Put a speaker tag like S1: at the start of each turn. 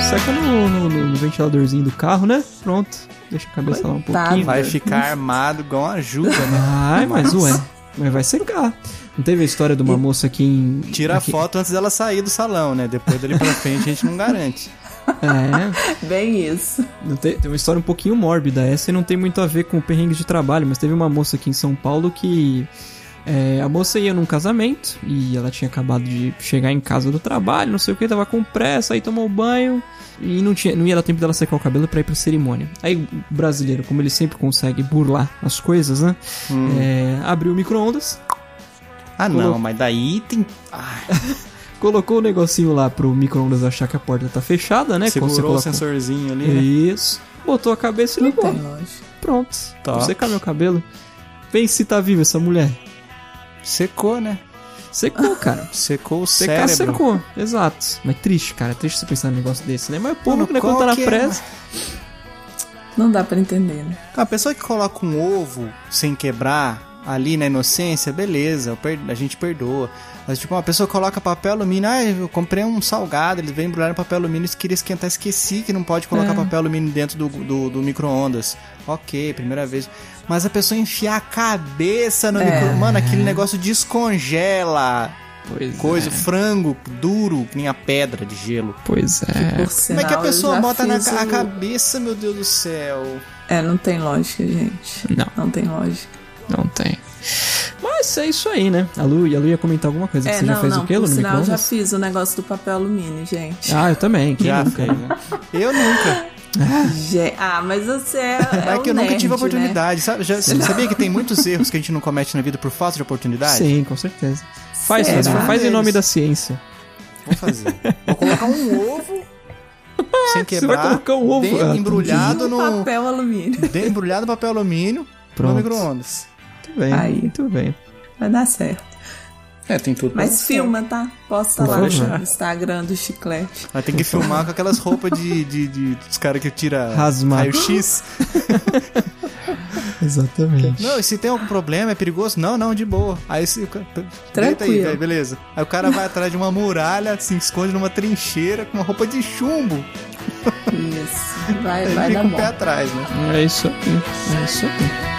S1: seca no, no- no- no ventiladorzinho do carro, né? Pronto. Deixa a cabeça lá um pouquinho.
S2: Vai
S1: velho.
S2: ficar armado igual uma ajuda, né?
S1: Ai, mas ué. Mas vai secar. Não teve a história de uma moça que em.
S2: Tira a
S1: aqui-
S2: foto antes dela sair do salão, né? Depois dali pra frente a gente não garante.
S1: É.
S3: Bem isso.
S1: Não tem, tem uma história um pouquinho mórbida. Essa e não tem muito a ver com perrengue de trabalho, mas teve uma moça aqui em São Paulo que. é, a moça ia num casamento e ela tinha acabado de chegar em casa do trabalho, não sei o que, tava com pressa, aí tomou um banho e não, tinha, não ia dar tempo dela secar o cabelo pra ir pra cerimônia. Aí o brasileiro, como ele sempre consegue burlar as coisas, né?
S2: Hum.
S1: é, abriu o micro-ondas,
S2: Ah, não, mas daí tem.
S1: colocou o negocinho lá pro micro-ondas achar que a porta tá fechada, né? Quando você
S2: Segurou o
S1: coloca-
S2: sensorzinho ali, né?
S1: Isso. Botou a cabeça e
S3: Não
S1: ligou.
S3: tem lógica.
S1: Pronto.
S2: Tá.
S1: Vou secar meu cabelo. Vem se tá viva essa mulher.
S2: Secou, né?
S1: Secou, cara.
S2: Secou o
S1: Secar,
S2: cérebro.
S1: secou. Exato. Mas triste, cara. É Triste você pensar num negócio desse, né? Mas o público,
S2: Mano,
S1: né? Quando
S2: qual
S1: tá na
S2: que é?
S1: pressa.
S3: Não dá pra entender, né?
S2: Então, A pessoa que coloca um ovo sem quebrar ali na inocência, beleza, eu per- a gente perdoa. Mas, tipo, uma pessoa coloca papel alumínio, ah, eu comprei um salgado, eles vêm embrulhar em papel alumínio, queria esquentar, esqueci que não pode
S3: É.
S2: colocar papel alumínio dentro do, do, do micro-ondas. Ok, primeira vez. Mas a pessoa enfiar a cabeça
S3: É.
S2: no micro Mano, aquele negócio descongela.
S1: Pois
S2: Coisa,
S1: é.
S2: frango duro, que nem a pedra de gelo.
S1: Pois é.
S3: Por
S2: Como
S3: sinal,
S2: é que a
S3: eu
S2: pessoa
S3: já
S2: bota na
S3: fiz
S2: ca- a
S3: o-
S2: cabeça, meu Deus do céu?
S3: É, não tem lógica, gente.
S1: Não.
S3: Não tem lógica.
S1: Não tem. Mas é isso aí, né? A Lu, e a Lu ia comentar alguma coisa.
S3: é,
S1: você
S3: não,
S1: já fez
S3: não.
S1: o quê, Lu,
S3: por
S1: no
S3: sinal, eu já
S1: micro-ondas?
S3: fiz o negócio do papel alumínio, gente.
S1: Ah, eu também. Quem
S2: Já
S1: nunca,
S2: fez,
S1: né?
S2: né? Eu nunca.
S3: Ge- Ah, mas você é.
S2: É,
S3: É, um
S2: que eu nunca
S3: nerd,
S2: tive
S3: né?
S2: oportunidade. Sabe, já, você sabia que tem muitos erros que a gente não comete na vida por falta de oportunidade?
S1: Sim, com certeza. Faz,
S3: Será?
S1: faz, faz em nome
S2: Deles.
S1: da ciência.
S2: Vou fazer. Vou colocar um ovo sem quebrar.
S1: vai colocar um ovo?
S2: dentro-
S1: Ah, tá.
S2: embrulhado no
S3: Um papel alumínio.
S2: dentro- embrulhado no papel alumínio
S1: Pronto.
S2: no micro-ondas.
S1: Muito bem.
S3: Aí.
S1: Muito bem.
S3: Vai dar certo.
S2: É, tem tudo.
S3: Mas filma, tá? Posta
S1: Por
S3: lá
S1: favor.
S3: no Instagram do Chiclete.
S2: Vai ter que filmar com aquelas roupas de, de, de- dos caras que tira
S1: Rasmado.
S2: raio-x.
S1: Exatamente.
S2: Não, e se tem algum problema, é perigoso? Não, não, de boa. Aí se, o cara- deita aí,
S3: Tranquilo.
S2: velho, beleza. Aí o cara vai atrás de uma muralha, se esconde numa trincheira com uma roupa de chumbo.
S3: Isso. Vai,
S2: Ele
S3: vai
S2: fica
S3: dar
S2: com o pé
S3: bom.
S2: atrás, né?
S1: É isso aí. É isso aí.